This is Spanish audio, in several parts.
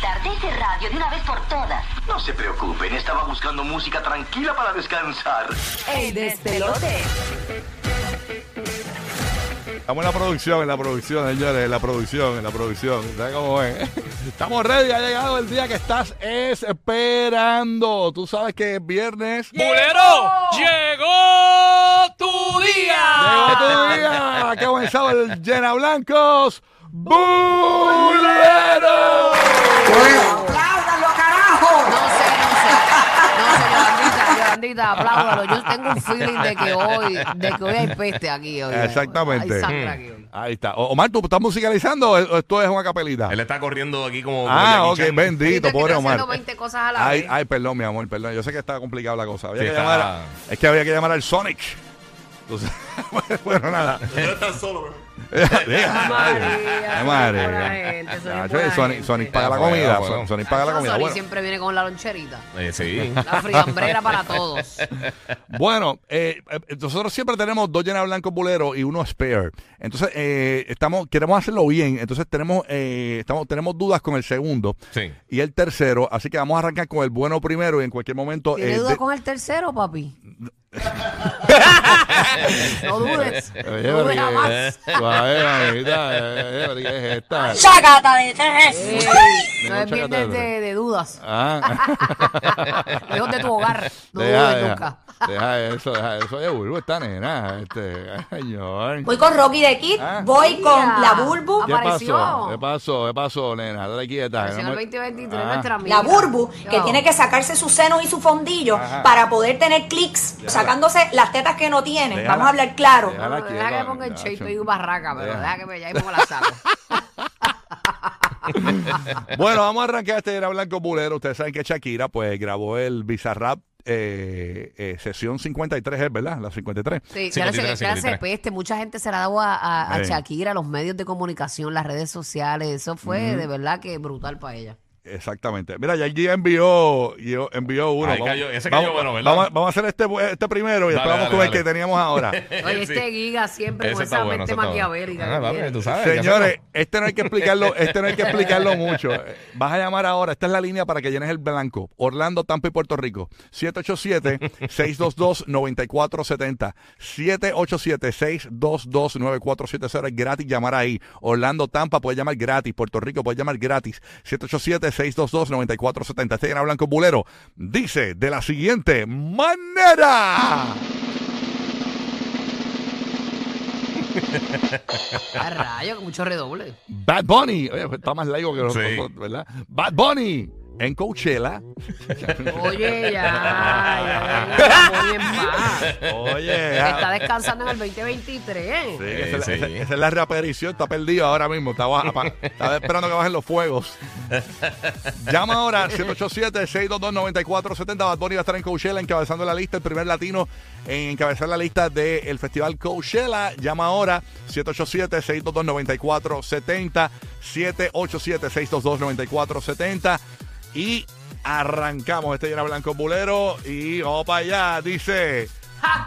Tarde ese radio de una vez por todas. No se preocupen, estaba buscando música tranquila para descansar. El despelote. Estamos en la producción, en la producción, señores, en la producción, en la producción. ¿Saben cómo ven? Estamos ready, ha llegado el día que estás esperando. Tú sabes que es viernes. ¡Bulero! ¡Llegó tu Llegó día! tu día. Ha comenzado el Llena Blancos. ¡Bulero! ¡Apláudalo, carajo! No sé, no sé. No sé, Yolandita, Yolandita, apláudalo. Yo tengo un feeling de que hoy, de que hoy hay peste aquí hoy. Exactamente. Mm. Hay sangre aquí hoy. Ahí está. O- Omar, ¿tú estás musicalizando o esto es una capelita? Él está corriendo aquí como. Ah, ok, Jackie Chan. bendito, Viste que pobre está Omar. haciendo 20 cosas a la Ay, vez. ay, perdón, mi amor, perdón. Yo sé que está complicada la cosa. Había Sí, que está. llamar a- es que había que llamar al Sonic. Entonces, bueno, nada. Deja, María, ay, madre. qué buena gente, Sonic Nacho, buena Sonic, gente. Sonic paga la Ah, bueno, comida. bueno. Son- Sonic paga la Alfonso comida. Solís Bueno, siempre viene con la loncherita. Eh, sí. La friambrera para todos. Eh, Bueno, eh, eh, nosotros siempre tenemos dos llenas blancos buleros y uno spare. Entonces, eh, estamos, queremos hacerlo bien. Entonces, tenemos, eh, estamos, tenemos dudas con el segundo Sí. y el tercero. Así que vamos a arrancar con el bueno primero y en cualquier momento. ¿Tienes eh, duda de- con el tercero, papi? no dudes. Oye, no dudes María, jamás. suave, mamita, eh, eh, María, ¿qué es esta? ¡Chácata de tres! Ey, Eh, no es bien de, de- de dudas. Ah. Lejos de tu hogar. No Deja, dudes deja, nunca. deja eso, deja eso. Oye, Bulbo, esta nena, este, ay, señor. Pues Voy con Rocky de Kid, Ah. voy con la ¿Qué Burbu, apareció. pasó? ¿Qué pasó? ¿Qué pasó, nena? Dale quieta. Apareció en el 2023 Ah. nuestra amiga. la Burbu, que No. tiene que sacarse sus senos y su fondillo Ajá. para poder tener clics, sacándose las tetas que no tiene. Déjala. Vamos a hablar claro. Déjala. No, no, deja quieta, que ponga el Nacho. cheito y barraca, pero Deja. deja que me ya y pongo la saco. Bueno, vamos a arrancar este era Blanco Bulero. Ustedes saben que Shakira pues grabó el Bizarrap eh, eh, sesión 53, es, ¿verdad? La 53. Sí, Sí, ya con titulares, se sí, con titulares. peste. Mucha gente se la ha dado a, a, a Sí. Shakira, los medios de comunicación, las redes sociales. Eso fue de verdad que brutal para ella. Exactamente. Mira, ya el día envió, yo- envió uno. Ahí cayó, ese cayó bueno, ¿verdad? Vamos, vamos a hacer este, este primero y Dale, después vamos dale, con el dale. que teníamos ahora. Oye, Sí. este Giga siempre con Ese esa está bueno. ese mente está bueno. maquiavélica. Ah, que papi, tiene. tú sabes, ya Señores, sabemos. este no hay que explicarlo, este no hay que explicarlo mucho. Eh, Vas a llamar ahora, esta es la línea para que llenes el blanco. Orlando, Tampa y Puerto Rico. 787-622-9470. 787-622-9470. Es gratis llamar ahí. Orlando, Tampa, puedes llamar gratis. Puerto Rico, puedes llamar gratis. 787-622-9470. Este era Blanco Bulero. Dice de la siguiente manera. Ah, rayo, con mucho redoble. Bad Bunny. Oye, está más largo que Sí. nosotros, ¿verdad? Bad Bunny en Coachella. Oye, ya. ya, ya, ya, muy en paz. Oye, Está ya. descansando en el 2023. Sí, esa, es Sí, la- esa- sí. esa es la reaparición, está perdido ahora mismo. Está, baja- pa- está esperando que bajen los fuegos. Llama ahora 787-622-9470. Bad Bunny va a estar en Coachella encabezando la lista, el primer latino en encabezar la lista del Festival Coachella. Llama ahora 787-622-9470. 787-622-9470. Y arrancamos este llena blanco bulero y vamos para allá. Dice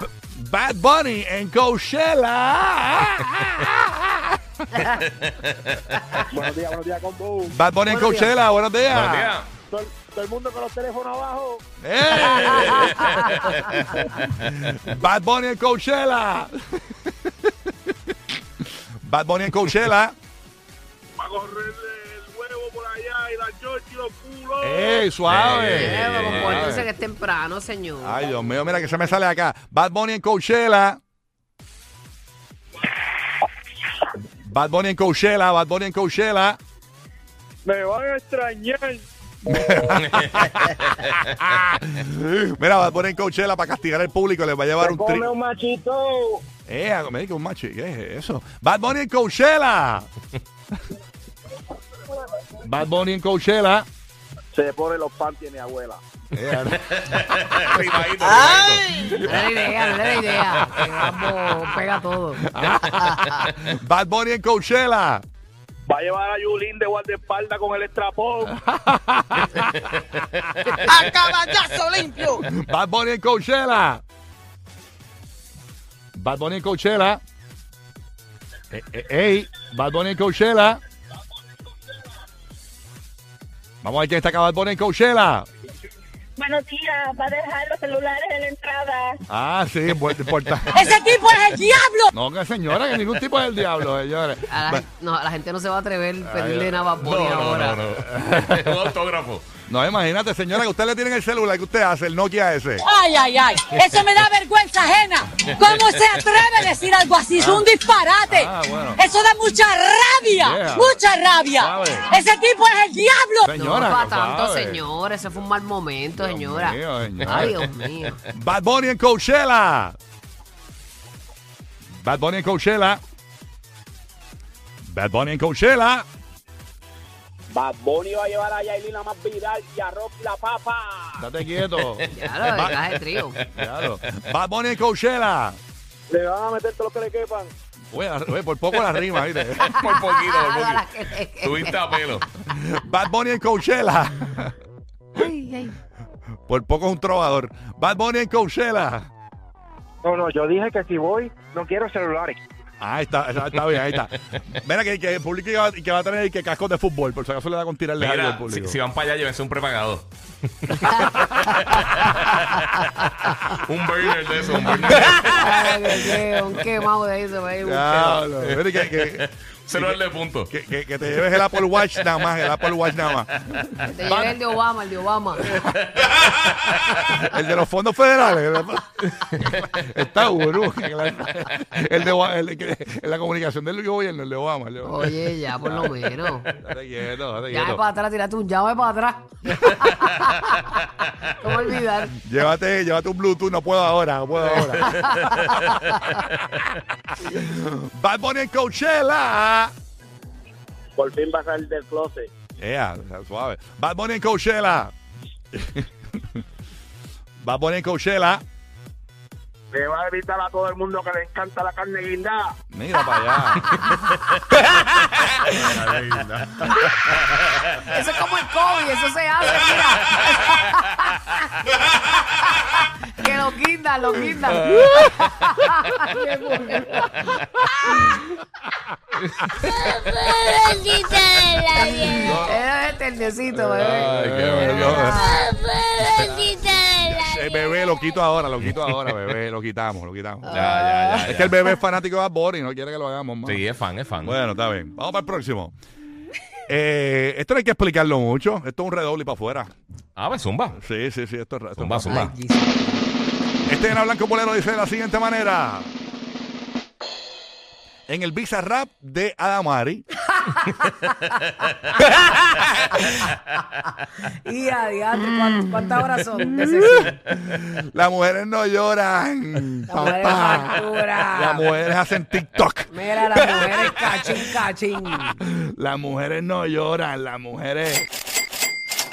B- Bad Bunny en Coachella. Buenos días, buenos días, combo. Bad Bunny en Buenos días. Coachella, buenos días. Buenos días. Todo, todo el mundo con los teléfonos abajo. ¡Eh! Bad Bunny en Coachella. Bad Bunny en Coachella. Para correr el huevo por allá y la shorts y los culos. ¡Ey, suave! Eh, Eh, compórtese que es temprano, señor. Ay, Dios mío, mira que se me sale acá. Bad Bunny en Coachella. Bad Bunny en Coachella, Bad Bunny en Coachella. Me van a extrañar. Mira, Bad Bunny en Coachella para castigar al público. Les va a llevar un tri... Come un machito. Eh, me dijo un macho. ¿Qué es eso? Bad Bunny en Coachella. Bad Bunny en Coachella. Se pone los panties mi abuela. Eh, Rimadito, Ah, No le idea, no le idea. Pegamos, pega todo. Bad Bunny en Coachella. Va a llevar a Yulín de guardaespaldas con el estrapón. Ah, ¡A caballazo limpio! Bad Bunny en Coachella. Bad Bunny en Coachella. Eh, eh, ey, Bad Bunny en Coachella. Vamos a ver quién está acá, Bad Bunny en Coachella. Buenos días, va a dejar los celulares en la entrada. Ah, sí, bueno, importante. ¡Ese tipo es el diablo! No, que señora, que ningún tipo es el diablo, señores. A la, no, la gente no se va a atrever a pedirle nada a Bad No, Bunny no, ahora. no, no. Un autógrafo. No, imagínate, señora, que usted le tiene en el celular que usted hace, el Nokia ese. ¡Ay, ay, ay! Eso me da vergüenza ajena. ¿Cómo se atreve a decir algo así? Es un disparate. Ah, bueno. Eso da mucha rabia, Yeah. mucha rabia. Sabe. Ese tipo es el diablo. Señora. no, para ¿lo tanto, sabe? señor. Ese fue un mal momento, Dios señora. mío, señora. Ay, Dios mío. Bad Bunny en Coachella. Bad Bunny en Coachella. Bad Bunny en Coachella. Bad Bunny va a llevar a Yailin la más viral y a Rocky la papa. Date quieto. Ya lo de traje trío. Claro. Bad Bunny en Coachella. Le van a meter todos los que le quepan. Uy, la- uy, por poco la rima, ¿viste? Por poquito, por Ah, la que poquito. le quepa. Tuviste a pelo. Bad Bunny en Coachella. Por poco es un trovador. Bad Bunny en Coachella. No, no, yo dije que si voy, no quiero celulares. Ahí está, está, está bien, ahí está. Mira que, que el público que va, que va a tener que cascos de fútbol, por si acaso le da con tirarle algo al Mira, si, público. si van para allá, llévense un prepagado. un burner de eso, un burner. Ay, qué- eh, Un quemado de ahí se va a ir. un quemado. Diablo, mira que- que- Celular de punto. Que, que- que te lleves el Apple Watch nada más, el Apple Watch nada más. Te llevé el de Obama, el de Obama. El de los fondos federales. el de- Está gurú. El de Obama- el que- la comunicación del gobierno, el de Obama. el de Obama. Oye, ya, por lo menos. Date quieto, date Ya quieto. para atrás, tírate un llave para atrás. ¿Cómo olvidar? Llévate, llévate un Bluetooth, no puedo ahora, no puedo ahora. Bad Bunny en Coachella. Por fin va a salir del closet. Ea, suave. Bad Bunny en Coachella. Bad Bunny en Coachella. Le va a evitar a todo el mundo que le encanta la carne guindada. Mira para allá. Eso es como el COVID, eso se hace, mira. que lo guindan, lo guindan. Qué burro. Era el ternecito, bebé. Ay, Eh, qué bueno. El Eh, bebé lo quito ahora, lo quito ahora, bebé. Lo quitamos, lo quitamos. Ya, ya, ya. Es que el bebé es fanático de Bad Bunny, no quiere que lo hagamos más. Ah. Sí, es fan, es fan. Bueno, está bien. Vamos para el próximo. Eh, esto no hay que explicarlo mucho. Esto es un redoble para afuera. Ah, pues zumba. Sí, sí, sí. Esto es esto es- Zumba, zumba. Este en Blanco Bolero dice de la siguiente manera. En el Visa Rap de Adamari. Y adiante, Mm. ¿cuántas, cuántas horas son? de sesión? Las mujeres no lloran. Las mujeres papá. facturan. Las mujeres hacen TikTok. Mira, las mujeres cachín, cachín. Las mujeres no lloran, las mujeres.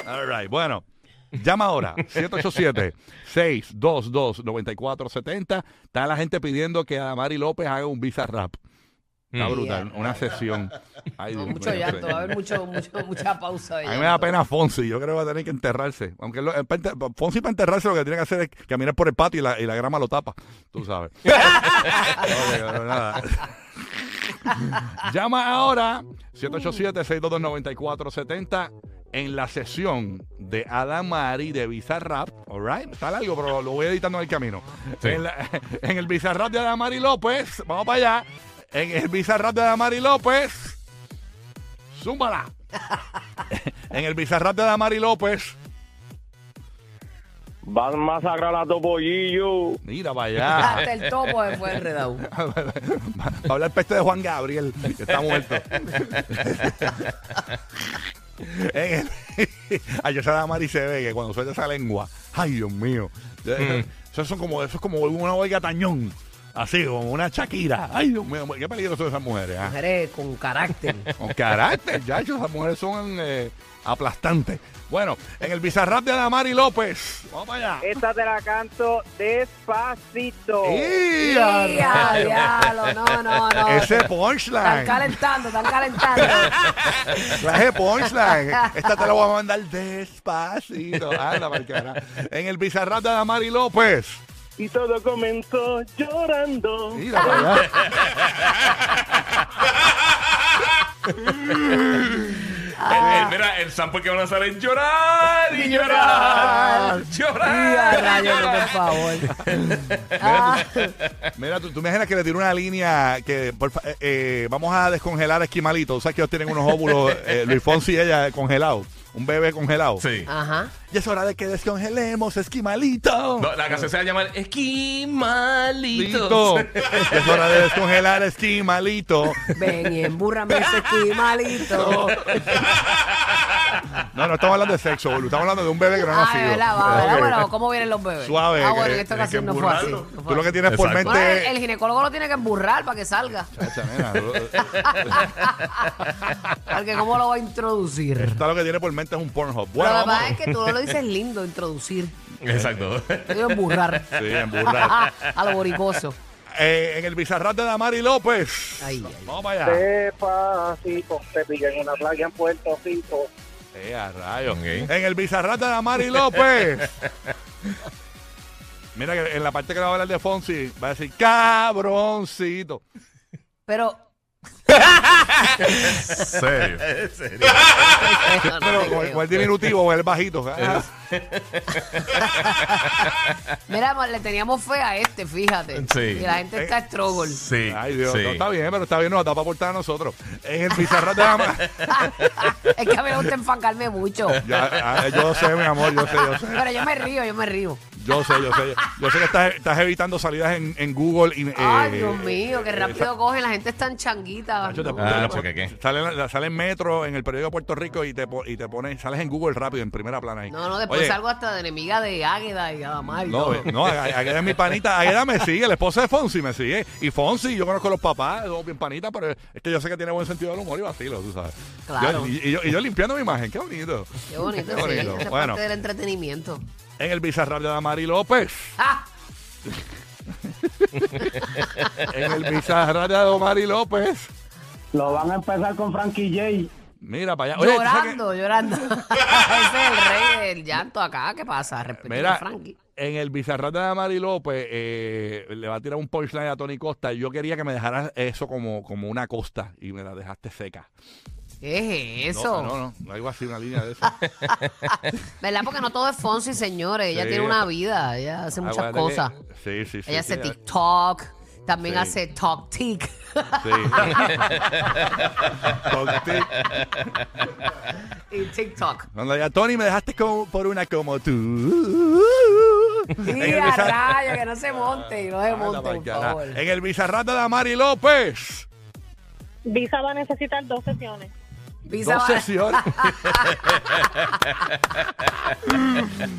All right, bueno. Llama ahora, 787-622-9470. Está la gente pidiendo que Adamari López haga un Visa Rap. Está Mm. brutal, una sesión. Ay, Dios Mucho mío, llanto, va a señor. haber mucho, mucho, mucha pausa de A mí me da llanto. pena Fonsi, yo creo que va a tener que enterrarse. Aunque él lo- eh, pa enter- pa- Fonsi para enterrarse lo que tiene que hacer es caminar por el patio y la, y la grama lo tapa, tú sabes. Oye, pero nada. Llama ahora 787-622-9470 en la sesión de Adam Mari de Bizarrap. All right? Está largo, pero lo voy editando en el camino. Sí. En, la- en el Bizarrap de Adam Mari López, vamos para allá. En el Bizarrap de Adam Mari López, zúmbala. En el Bizarrap de Damari López. Van a masacrar a Topollillo. Mira para Hasta allá. el topo se fue enredado. Habla el peste de Juan Gabriel, que está muerto. En el- Ay, esa Damari se ve que cuando suelta esa lengua. Ay, Dios mío. eh, Eso, son como, eso es como una oiga tañón. Así, como una Shakira. Ay, Dios mío, qué peligro son esas mujeres. ah. Mujeres con carácter. Con carácter, ya esas mujeres son eh, aplastantes. Bueno, en el bizarrap de Adamari López. Vamos para allá. Esta te la canto despacito. ¡Y a Ya, diablo, no, no, no. ra- Ese Están punchline. calentando, están calentando. Clase de punchline. Esta te la voy a mandar despacito. Anda, pa'l carajo. En el bizarrap de Adamari López. Y todo comenzó llorando. Mira para allá. El, el- Eh, mira, el sample que van a salir llorar y llorar. Ya, Llorar. rayos, por favor. Ah, Mira, tú, tú imaginas que le tiró una línea que por fa- eh, eh, vamos a descongelar a Esquimalito. ¿Sabes que ellos tienen unos óvulos, eh, Luis Fonsi y ella, congelados? Un bebé congelado. Sí. Ajá. Y es hora de que descongelemos, Esquimalito. No, la canción se va a llamar Lito. Esquimalitos. es hora de descongelar, Esquimalito. Ven y embúrrame ese esquimalito. No, no estamos hablando de sexo, boludo. Estamos hablando de un bebé que no ha Ay, nacido. ¿verdad? Va, ¿verdad? Ok. Bueno, ¿cómo vienen los bebés? Suave. Ah, bueno, que- en esta que hay que ocasión no fue así. emburrarlo. no fue Tú lo que así. tienes por Exacto. mente Bueno, el, es- el ginecólogo lo tiene que emburrar para que salga. Chacha, nena, lo- Porque ¿cómo lo va a introducir? Está lo que tiene por mente es un Pero Pornhub. Bueno, la vamos. verdad es que tú no lo dices lindo, introducir. Exacto. Yo digo emburrar. Sí, emburrar. a lo boricoso. Eh, en el bizarrat de Damari López. Ay, ay. Vamos para allá. Despacito. Se pica en una playa en Puerto Rico. Eh, a rayos. Ok. En el bizarrat de Damari López. Mira que en la parte que va a hablar de Fonsi va a decir cabroncito. Pero. serio. no, no Pero te con el, creo. con el diminutivo o el bajito. Mira, ma, le teníamos fe a este, fíjate. Sí. Y la gente Eh, está struggle. Sí. Ay, Dios. sí. No, está bien, pero está bien, nos da para aportar a nosotros. En el bizarrat de Damari. es que a mí me gusta enfancarme mucho. Ya, ah, yo sé, mi amor, yo sé, yo sé. Pero yo me río, yo me río. Yo sé, yo sé. Yo sé que estás, estás evitando salidas en, en Google. Y, eh, Ay, Dios mío, qué eh, rápido cogen. La gente es tan changuita. Nacho, te- ¿no? Ah, te- porque qué. Sale, en la- sale en Metro, en el periódico de Puerto Rico y te, po- y te pones, sales en Google rápido, en primera plana ahí. No, no, después Oye, salgo hasta de enemiga de Águeda y Adamar. y No, todo. eh, no, Ag- Agueda es mi panita. Agueda me sigue, la esposa de Fonsi me sigue. Y Fonsi, yo conozco a los papás, somos bien panitas, pero es que yo sé que tiene buen sentido del humor y vacilo, tú sabes. Claro. Yo- y, y yo, y yo limpiando mi imagen, qué bonito. Qué bonito, Qué sí. bonito. esta es Bueno. parte del entretenimiento. En el bizarrap de Damari López. ¡Ah! En el bizarrap de Damari López. Lo van a empezar con Frankie J. Mira para allá. Oye, ¿tú sabes que- llorando, llorando. Ese es el rey del llanto acá. ¿Qué pasa? Respetando Mira, a Pues Frankie. en el bizarrat de Mari López eh, le va a tirar un punchline a Tony Costa. Yo quería que me dejaras eso como, como una costa y me la dejaste seca. ¿Qué es No, eso? No, no, algo así, una línea de eso. ¿Verdad? Porque no todo es Fonsi, señores. Ella Sí. tiene una vida. Ella hace muchas cosas. Sí, sí, sí. Ella hace sí, TikTok. También Sí. hace Talk Tic. Sí. Toc, tic. y TikTok. Cuando diga, Tony, me dejaste como- por una como tú. En el Y a bizar- rayo, que no se monte. Ah, No se monte, por favor. En el bizarrat de Mari López. Visa va a necesitar dos sesiones. Visa Dos va- sesiones.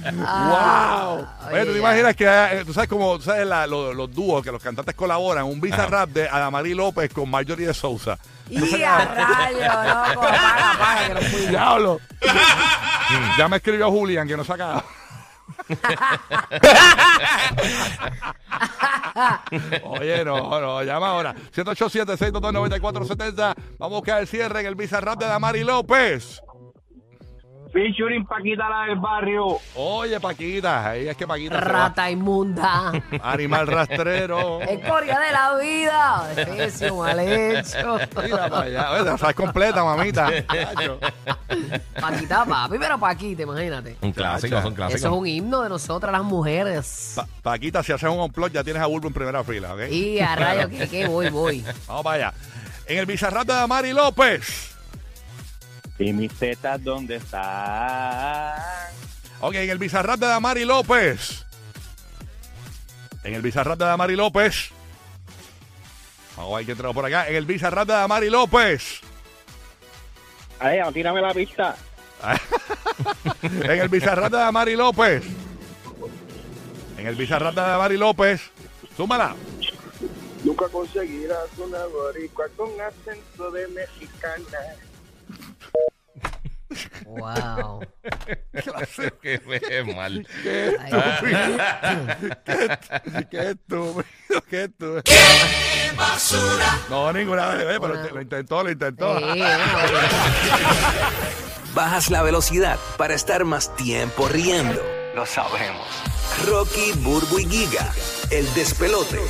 ¡Wow! Ah, Oye, ¿tú te oye, imaginas que eh, tú sabes como tú sabes la- lo- los dúos que los cantantes colaboran? Un Visa Rap de Adamari López con Marjorie de Sousa. Y a rayo, loco. Paga, paga, que no fui. ¡Diablo! ya me escribió Julián que no saca. Oye, no, no, llama ahora. 787-622-9470. Vamos a buscar el cierre en el Visa Rap de Adamari López. Featuring Paquita la del barrio. Oye, Paquita, ahí es que Paquita se va. Rata inmunda. Animal rastrero. Escoria de la vida. Desprecio, mal hecho. Mira para allá. Oye, te la sabes completa, mamita. Chacho. Paquita, papi, pero Paquita, imagínate. Un clásico, son Eso es clásicos. un himno de nosotras las mujeres. Pa- Paquita, si haces un complot, ya tienes a Bulbo en primera fila, ¿ok? Y a rayo, que, que voy, voy. Vamos para allá. En el bizarrap de Mari López. ¿Y mis tetas dónde están? Ok, en el bizarrap de Damari López. En el bizarrap de Damari López. Vamos a ver quién tenemos por acá. En el bizarrap de Damari López. Ahí, tírame la pista. en el bizarrap de Damari López. En el bizarrap de Damari López. Súmala. Nunca conseguirás una boricua con acento de mexicana. Wow. que me mal. Qué estúpido. Qué- Qué estúpido, qué estúpido. basura! No, ninguna vez, eh, pero lo intentó, lo intentó. Bajas la velocidad para estar más tiempo riendo. Lo sabemos. Rocky, Burbu y Giga, el despelote.